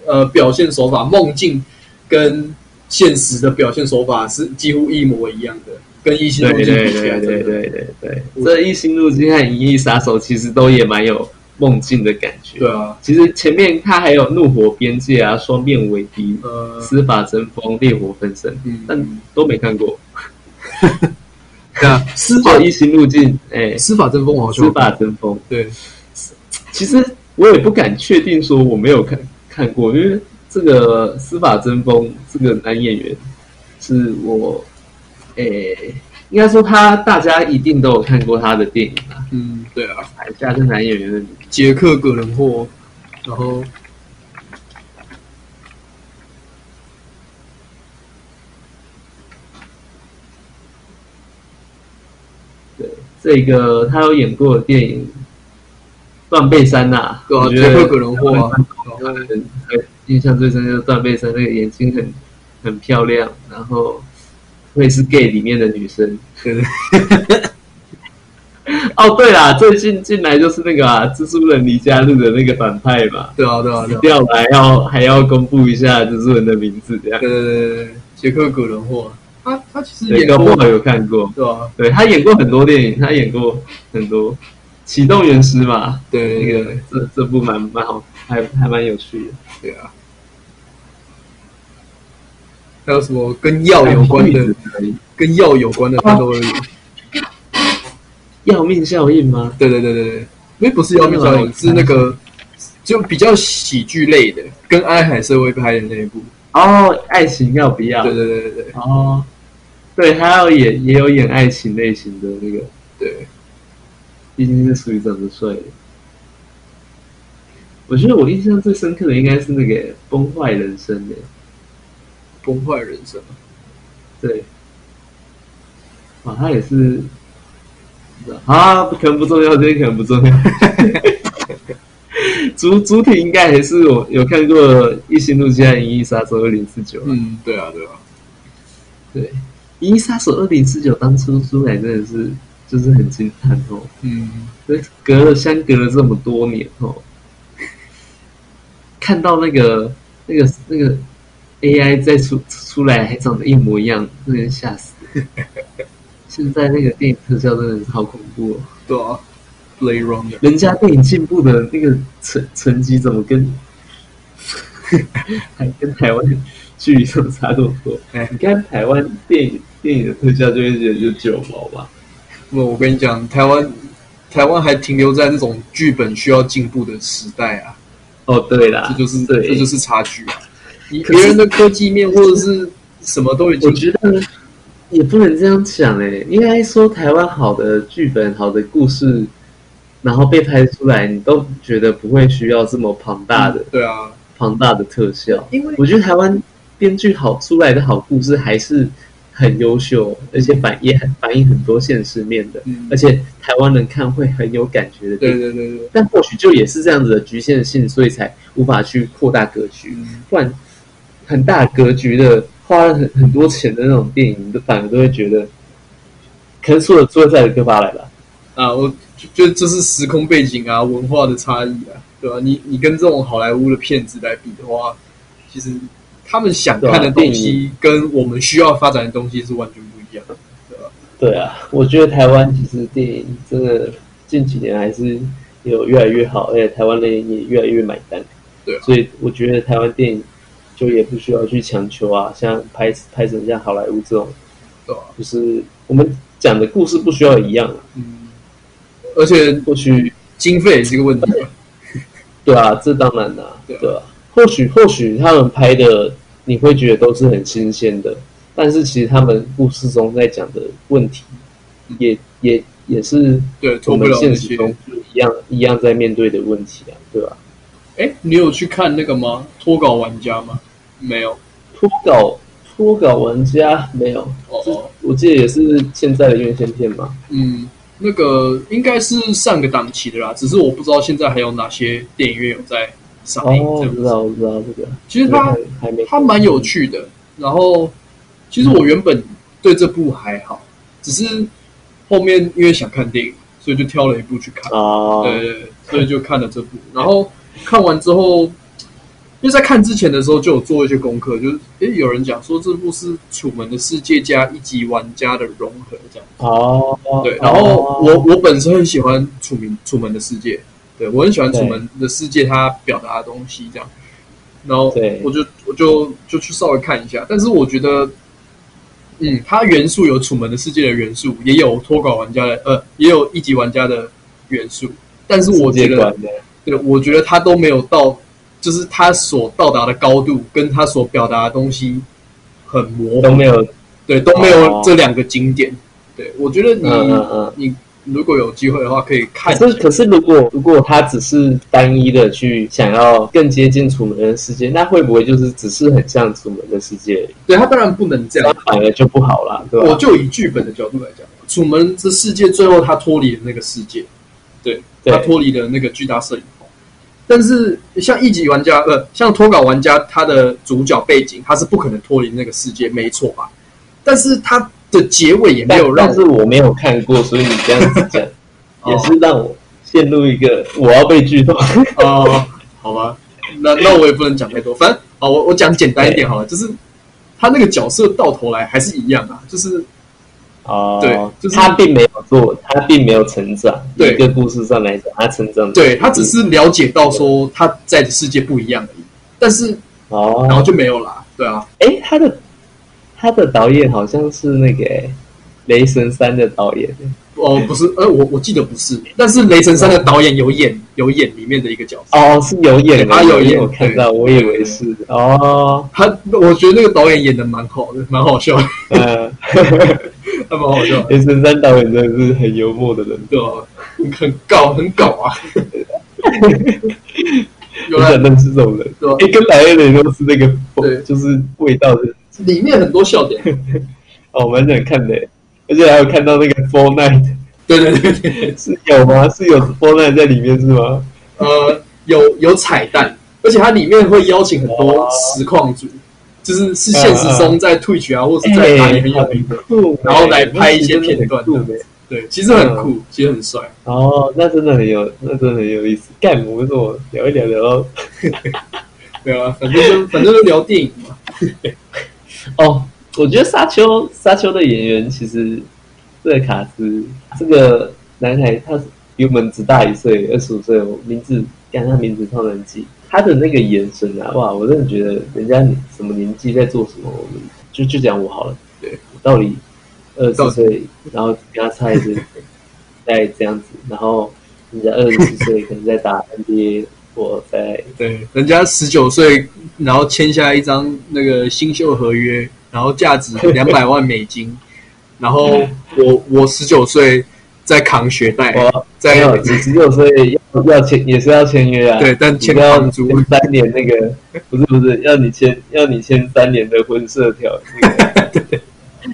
B: 呃，表现手法，梦境跟现实的表现手法是几乎一模一样的，跟《异形
A: 对
B: 入
A: 对
B: 境》
A: 对
B: 比起来，
A: 对对
B: 真的
A: 对对对，这一心入境和银翼杀手其实都也蛮有梦境的感觉。
B: 对，啊，
A: 其实前面它还有怒火边界啊、双面为敌、
B: 呃，
A: 司法争锋、烈火焚身，
B: 嗯，
A: 但都没看过。
B: 那司啊法
A: 就一心入境，哎，
B: 司法争锋，我好像
A: 司法争锋，
B: 对，
A: 其实我也不敢确定说我没有看看过，因为这个司法争锋这个男演员是我，诶、应该说他大家一定都有看过他的电影吧？
B: 嗯，对啊。
A: 查一下这男演员的名字，
B: 捷克葛伦霍，然后
A: 对，这个他有演过的电影《断背山》呐、
B: 对啊，
A: 我
B: 捷
A: 觉得
B: 克葛伦霍啊，然后
A: 很很印象最深就是断背山那个眼睛很很漂亮，然后会是 gay 里面的女生。
B: 对对，
A: 哦，对啦，最近进来就是那个、啊、蜘蛛人离家路的那个反派嘛，
B: 对啊，对啊，对啊，
A: 掉了还要还要公布一下蜘蛛人的名字，这样。
B: 对对对对对，捷克葛伦霍，啊他他其实
A: 对，
B: 演
A: 搞不
B: 过，
A: 好有看过，
B: 对啊，
A: 对他演过很多电影，他演过很多《启动原师》嘛，那
B: 对那
A: 个
B: 个
A: 这这部蛮蛮好，还还蛮有趣的。
B: 对啊，还有什么跟药有关的，跟药有关的他都有，
A: 要命效应吗？
B: 对对对对对，那不是药命效应，是那个就比较喜剧类的，跟安海社会拍的那一部，
A: 哦，爱情要不要？
B: 对对对对对
A: 哦，对，他要演也有演爱情类型的那个，
B: 对，
A: 毕竟是属于长得帅的。我觉得我印象最深刻的应该是那个《崩坏人生》的，
B: 崩坏人生，
A: 对，哇，他也是，啊，可能不重要，这个可能不重要。主主体应该还是我有看过《异星路线》《银翼杀手二零四九》啊，
B: 嗯，对啊，对啊，
A: 对，《银翼杀手二零四九》当初出来真的是就是很惊叹哦，
B: 嗯，
A: 对，隔了相隔了这么多年哦， (laughs) 看到那个那个那个 AI 再出出来还长得一模一样，真的吓
B: (laughs)
A: 死了。现在那个电影特效真的是好恐怖哦！
B: 对啊，Play Runner，
A: 人家电影进步的那个成成绩怎么跟 (laughs) 还跟台湾距离这么差这么多？
B: 哎
A: 你看台湾电影电影的特效就会觉得就九毛吧，
B: 不，我跟你讲，台湾台湾还停留在那种剧本需要进步的时代啊，
A: 哦，对啦，
B: 这就是
A: 对，
B: 这就是差距啊。你
A: 可是
B: 别人的科技面或者是什么都已
A: 我
B: 经，嗯
A: 觉得也不能这样讲哎、应该说台湾好的剧本、好的故事，然后被拍出来，你都觉得不会需要这么庞大的、
B: 对啊，
A: 庞大的特效。
B: 因为
A: 我觉得台湾编剧好出来的好故事还是很优秀，而且反也很反映很多现实面的，
B: 嗯
A: 而且台湾人看会很有感觉的。
B: 对。对对对，
A: 但或许就也是这样子的局限性，所以才无法去扩大格局。
B: 嗯，
A: 不然很大格局的，花了很很多钱的那种电影，都反而都会觉得，可能说了做在的哥巴来吧，
B: 啊，我就就这是时空背景啊，文化的差异啊，对吧、你你跟这种好莱坞的片子来比的话，其实他们想看
A: 对
B: 的
A: 啊
B: 东西跟我们需要发展的东西是完全不一样的。
A: 对啊，我觉得台湾其实电影真的近几年还是有越来越好，而且台湾人也越来越买单。
B: 对啊
A: 所以我觉得台湾电影就也不需要去强求啊，像拍拍成像好莱坞这种，
B: 对啊
A: 就是我们讲的故事不需要一样啊，
B: 嗯，而且
A: 或许
B: 经费也是一个问题啊。
A: 对啊，这当然啦、
B: 对啊
A: 对啊。或许或许他们拍的你会觉得都是很新鲜的，但是其实他们故事中在讲的问题
B: 嗯
A: 也，也也是
B: 对，
A: 我
B: 脱不
A: 们
B: 了那
A: 现实
B: 些。
A: 中一样一样在面对的问题啊，对吧、
B: 哎，你有去看那个吗？脱稿玩家吗？没有。
A: 脱稿脱稿玩家没有，
B: 哦
A: 这我记得也是现在的院线片嘛。
B: 嗯，那个应该是上个档期的啦，只是我不知道现在还有哪些电影院有在上
A: 哦
B: 映。，哎这
A: 我
B: 样
A: 知
B: 子。
A: 道我知道这个，
B: 其实它
A: 还还没
B: 它蛮有趣的。然后，其实我原本对这部还好，只是后面因为想看电影，所以就挑了一部去看。
A: 啊，
B: 对对，对所以就看了这部。然后看完之后，因为在看之前的时候就有做一些功课，就是诶有人讲说这部是《楚门的世界》加一级玩家的融合这样。
A: 哦，
B: 对，然后我
A: 哦
B: 我本身很喜欢《楚门楚门的世界》，对我很喜欢《
A: 对
B: 楚门的世界》它表达的东西这样。然后
A: 对
B: 我就我就就去稍微看一下，但是我觉得，嗯，它元素有《楚门的世界》的元素，也有脱稿玩家的，呃，也有一级玩家的元素，但是我觉
A: 世界
B: 得
A: 观，的
B: 对，我觉得他都没有到，就是他所到达的高度跟他所表达的东西很模
A: 都
B: 糊，
A: 没有，
B: 对，都没有
A: 哦
B: 这两个经典。对，我觉得你、
A: 嗯嗯嗯。
B: 你如果有机会的话，可以看一下
A: 啊可是，可是如果如果他只是单一的去想要更接近楚门的世界，那会不会就是只是很像楚门的世界，
B: 对他当然不能这
A: 这样
B: 样。
A: 反而就不好啦，对吧？
B: 我就以剧本的角度来讲，《楚门的世界》最后他脱离了那个世界，对
A: 对
B: 他脱离了那个巨大摄影棚。但是像一级玩家，呃，像脱稿玩家，他的主角背景他是不可能脱离那个世界，没错吧？但是他的结尾也没
A: 但
B: 有让
A: 但是我没有看过，所以你这样子讲
B: (laughs) 哦
A: 也是让我陷入一个我要被
B: (laughs)
A: 剧透。
B: 哦，好吧，那那我也不能讲太多，反正啊，我我讲简单一点好了，就是他那个角色到头来还是一样啊，就是
A: (laughs) 哦，
B: 对就是
A: 他并没有做，他并没有成长。
B: 对
A: 一个故事上来讲，他成长
B: 对他只是了解到说他在的世界不一样而已，但是然后
A: 哦，
B: 就没有啦，对啊，
A: 哎，他的他的导演好像是那个诶雷神三》的导演，
B: 哦，不是，呃，我我记得不是，但是《雷神三》的导演有演有演里面的一个角色，
A: 哦，是有演的，
B: 他啊有
A: 因为
B: 演嗯
A: 我看到，我以为是哦，
B: 他我觉得那个导演演的蛮好的，蛮好笑的，
A: (laughs) 嗯，
B: 还蛮好笑的，
A: 雷神三导演真的是很幽默的人，
B: 对啊，很很搞很搞啊，有
A: 我
B: 啦
A: 想，认识这种人，
B: 对啊
A: 一个白人都是那个风，
B: 对
A: 就是味道的，
B: 里面很多笑点。
A: 哦，蛮想看的，而且还有看到那个 Four Night
B: 对对对对，
A: 是有吗？是有 Four Night 在里面是吗？
B: 呃，有有彩蛋，而且它里面会邀请很多实况组，就是是现实中在 Twitch 啊，或者在哪里很有名的。
A: 酷欸
B: 然后来拍一些片段
A: 酷欸
B: 对，其实很酷，其实很帅。
A: 哦，那真的很有，那真的很有意思。干，我们怎么聊一聊聊到
B: 对啊，反正就反正就聊电影嘛。
A: 哦，我觉得沙丘沙丘的演员其实这个卡斯这个男孩他比我们只大一岁，二十五岁，我名字干他名字超难记，他的那个眼神啊，哇，我真的觉得人家什么年纪在做什么，我们就就讲我好了，
B: 对
A: 我到底二十岁，然后给他猜一次，在这样子，然后人家二十四岁可能在打 NBA，我在
B: 对，人家十九岁，然后签下一张那个新秀合约，然后价值两百万美金，然后我我十九岁在扛学贷，
A: 我没
B: 哎在
A: 哦有，你十六岁要要签也是要签约啊。
B: 对但签
A: 你要
B: 房租
A: 签三年那个不是不是要你签要你签三年的婚社条
B: (laughs)
A: 那个，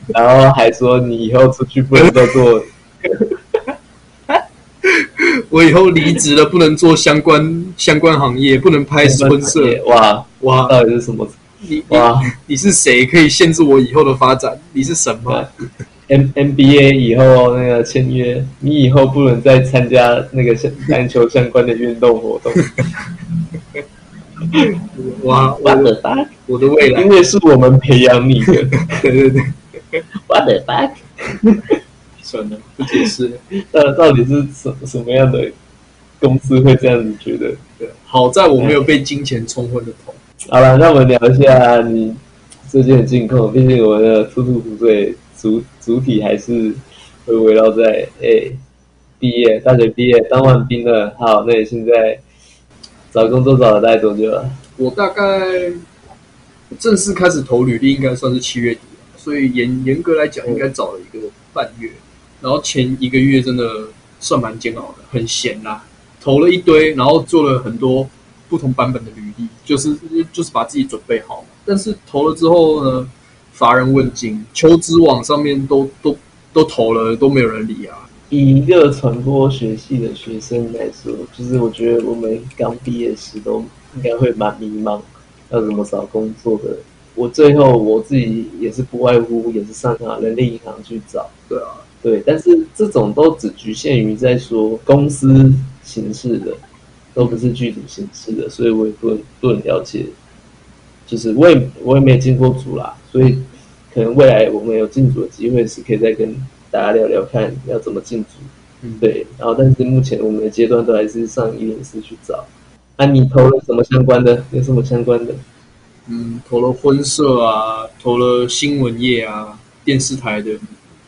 A: 然后还说你以后出去不能再做，
B: (laughs) 我以后离职了，不能做相关相关行业，不能拍婚摄。
A: 哇，
B: 哇，
A: 到底是什么？
B: 你你
A: 哇
B: 你是谁可以限制我以后的发展？你是什 (laughs) 么？
A: ，M M B A 以后那个签约，你以后不能再参加那个像篮球相关的运动
B: (laughs)
A: 活动。
B: 哇，我
A: What
B: 的
A: the fuck？
B: 我的未
A: (laughs)
B: 来
A: 因，为是我们培养你的。
B: 对对对，
A: What the fuck？
B: 算了，不解释了。
A: 到到底是什什么样的公司会这样子觉得？
B: 对，好在我没有被金钱冲昏了头。
A: 好了，那我们聊一下你最近的近况。毕竟我们的兔兔虎嘴主主体还是会围绕在哎、毕业，大学毕业当完兵了，好，那你现在找工作找了大概多久了？
B: 我大概正式开始投履历，应该算是七月底了，所以严严格来讲，应该找了一个半月。然后前一个月真的算蛮煎熬的，很闲啦，投了一堆，然后做了很多不同版本的履历，就是就是把自己准备好。但是投了之后呢，乏人问津，求职网上面都都都投了，都没有人理啊。
A: 以一个传播学系的学生来说，就是我觉得我们刚毕业时都应该会蛮迷茫，要怎么找工作的。我最后我自己也是不外乎也是上啊人力银行去找，
B: 对啊，
A: 对，但是这种都只局限于在说公司形式的，都不是剧组形式的，所以我也不能不能了解，就是我也我也没进过组啦，所以可能未来我们有进组的机会是可以再跟大家聊聊看要怎么进组，
B: 嗯，
A: 对，然后但是目前我们的阶段都还是上一零四去找。啊，你投了什么相关的？有什么相关的？
B: 嗯，投了婚摄啊，投了新闻业啊，电视台的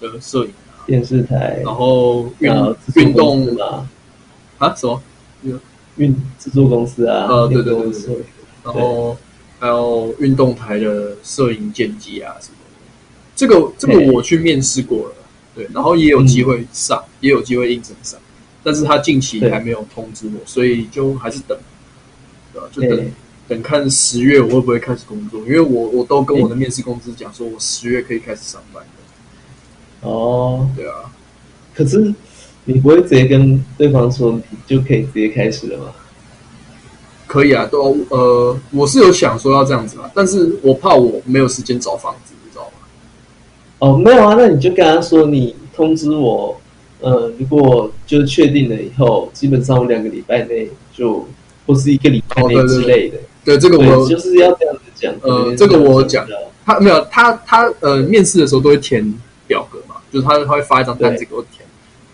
B: 的摄影啊，
A: 电视台，
B: 然后运
A: 然后制作
B: 运
A: 公司
B: 动
A: 嘛，
B: 啊什么，
A: 运制作公司啊，
B: 呃对对
A: 电
B: 对
A: 视
B: 对然后还有运动台的摄影剪辑啊什么的。这个这个
A: 对
B: 我去面试过了，对，然后也有机会上，也有机会应征上，但是他近期
A: 对
B: 还没有通知我，所以就还是等，对吧？就
A: 对
B: 等等看十月我会不会开始工作，因为我我都跟我的面试公司讲说，我十月可以开始上班的，
A: 哦，
B: 对啊。
A: 可是你不会直接跟对方说你就可以直接开始了吗？
B: 可以啊，都呃，我是有想说要这样子啦，但是我怕我没有时间找房子，你知道吗？
A: 哦，没有啊，那你就跟他说你通知我，呃，如果就确定了以后，基本上我两个礼拜内就或是一个礼拜内
B: 哦对对
A: 之类的，
B: 对，这个我
A: 对就是要这样子讲。
B: 呃
A: 对
B: 这个我有讲
A: 这样子啊
B: 他没有他他呃面试的时候都会填表格嘛，就是他他会发一张单子给我填，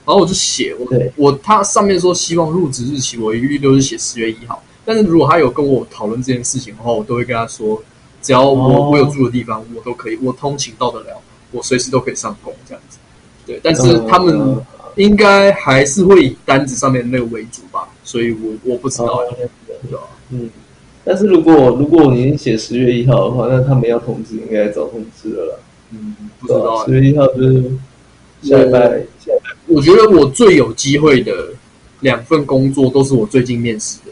B: 然后我就写我
A: 对
B: 我他上面说希望入职日期，我一律都是写十月一号。但是如果他有跟我讨论这件事情的话，我都会跟他说，只要我、
A: 哦
B: 我有住的地方，我都可以，我通勤到得了，我随时都可以上工这样子。对，但是他们、
A: 嗯
B: 应该还是会以单子上面那个为主吧，所以我我不知道
A: 哦
B: 欸，对吧？
A: 嗯，但是如果如果你写十月一号的话，那他们要通知应该早通知了啦。
B: 嗯，不知道
A: 十
B: 欸。
A: 月一号啊就是下礼拜，下礼拜
B: 我觉得我最有机会的两份工作都是我最近面试的。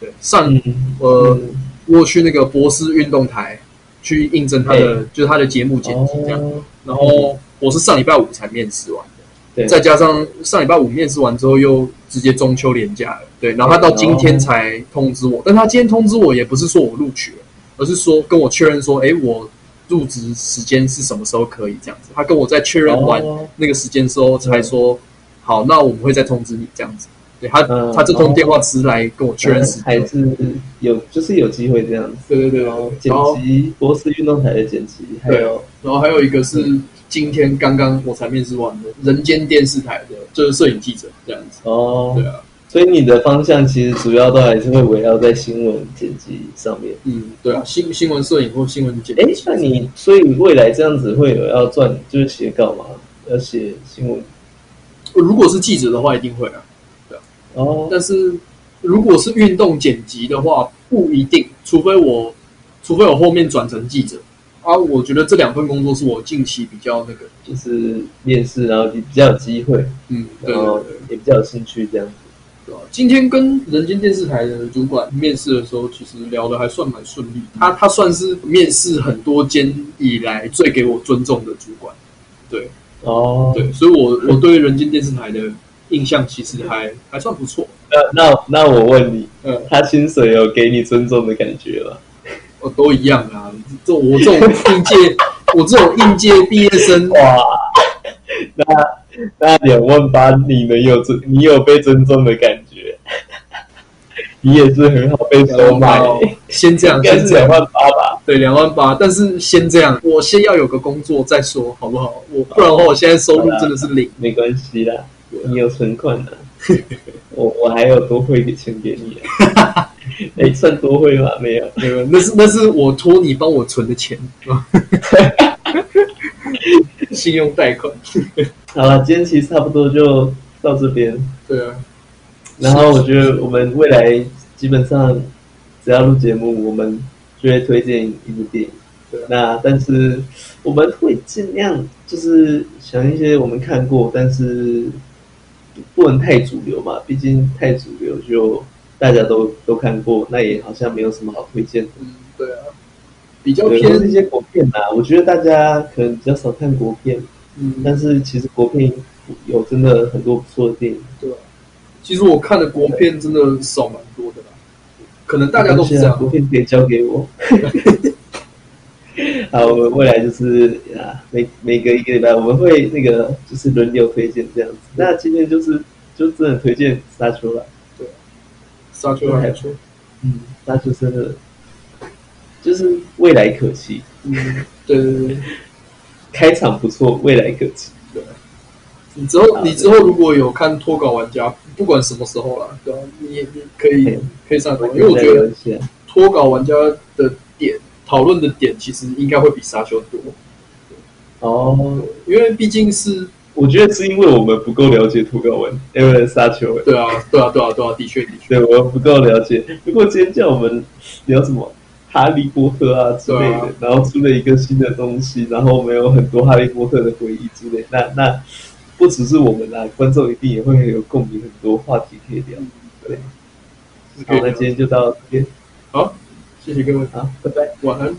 B: 对，上
A: 嗯
B: 呃，
A: 嗯
B: 我有去那个博斯运动台去应征他的，就是他的节目剪辑这样。
A: 哦
B: 然后我是上礼拜五才面试完的，
A: 对，
B: 再加上上礼拜五面试完之后又直接中秋连假了，对，然后他到今
A: 哦
B: 天才通知我，但他今天通知我也不是说我录取了，而是说跟我确认说，哎，我入职时间是什么时候可以这样子，他跟我在确认完
A: 哦
B: 那个时间之后才说，好，那我们会再通知你这样子。对他，
A: 嗯
B: 他这通电话是来跟我确认时
A: 哦还
B: 间。
A: 是有，就是有机会这样子。
B: 对对对，
A: 然后剪
B: 然后啊
A: 辑博士运动台的剪辑，还有
B: 然后还有一个是今天刚刚我才面试完的人间电视台的，就是摄影记者这样子。
A: 哦
B: 对，啊，
A: 所以你的方向其实主要都还是会围绕在新闻剪辑上面。
B: 嗯，对啊，新新闻摄影或新闻剪
A: 哎
B: 辑，，
A: 那你所以未来这样子会有要赚，就是写稿嘛，要写新闻
B: 如果是记者的话一定会啊，
A: 哦，
B: 但是如果是运动剪辑的话不一定，除非我除非我后面转成记者啊，我觉得这两份工作是我近期比较那个，
A: 就是面试，然后比较有机会，
B: 嗯，对
A: 然
B: 对
A: 后
B: 对。
A: 也比较有兴趣这样子。
B: 对啊今天跟人间电视台的主管面试的时候，其实聊的还算蛮顺利。他他算是面试很多间以来最给我尊重的主管，
A: 哦，
B: 对，所以我我对人间电视台的印象其实还还算不错。
A: 那那那我问你，
B: 嗯，
A: 他薪水有给你尊重的感觉吗？
B: 我都一样啊，这我这种应届， (laughs) 我这种应届毕业生，
A: 哇，那那两万八，你能有尊，你有被尊重的感觉？你也是很好被收买、
B: 先这
A: 应
B: 样，
A: 该
B: 先
A: 是
B: 这
A: 两
B: 样，
A: 万八吧？
B: 对，两万八。但是先这样，我先要有个工作再说，好不好？我不然的话，我现在收入真的是零。
A: 没关系啦，
B: 对啊
A: 你有存款啊。我我还有多汇给钱给你、啊，哎、算多汇吗？没有，
B: 没有，那是那是我托你帮我存的钱，啊信用贷款。
A: 好了，今天其实差不多就到这边。
B: 对啊，
A: 然后我觉得我们未来基本上只要录节目，我们就会推荐一部电影
B: 对啊。
A: 那但是我们会尽量就是想一些我们看过，但是不能太主流嘛，毕竟太主流就大家都都看过，那也好像没有什么好推荐的。
B: 嗯，对啊，比较
A: 对，都是一
B: 偏，
A: 些国片啦、我觉得大家可能比较少看国片，
B: 嗯，
A: 但是其实国片有真的很多不错的电影。
B: 对啊。其实我看的国片真的少蛮多的啦，可能大家都是哎这
A: 没关系啊国
B: 样。
A: 片可以交给
B: (laughs)
A: 我。好，我们未来就是啊，每每隔一个礼拜我们会那个就是轮流推荐这样子。那今天就是就真的推荐沙丘了，
B: 沙丘还不错，
A: 嗯，沙丘真的就是未来可期，
B: 嗯，对对对。
A: 开场不错，未来可期。
B: 你之后，你之后如果有看脱稿玩家，不管什么时候啦，对啊，你你可以可以上来，因为我觉
A: 再聊
B: 得
A: 一下
B: 脱稿玩家的点讨论的点其实应该会比沙丘多。
A: 哦，
B: 因为毕竟是
A: 我觉得是因为我们不够了解涂高文，因为沙丘、欸，
B: 对啊，对啊，对啊，对啊，的确的
A: (laughs)
B: 确，
A: 对我们不够了解。如果今天叫我们聊什么哈利波特啊之类的，
B: 对啊
A: 然后出了一个新的东西，然后我们有很多哈利波特的回忆之类，那那不只是我们啦、观众一定也会很有共鸣，很多话题可以聊。对，
B: 是可
A: 好
B: 以，
A: 那
B: 的
A: 今。天就到这边，
B: 好，谢谢各位，
A: 好，拜拜。
B: 晚安。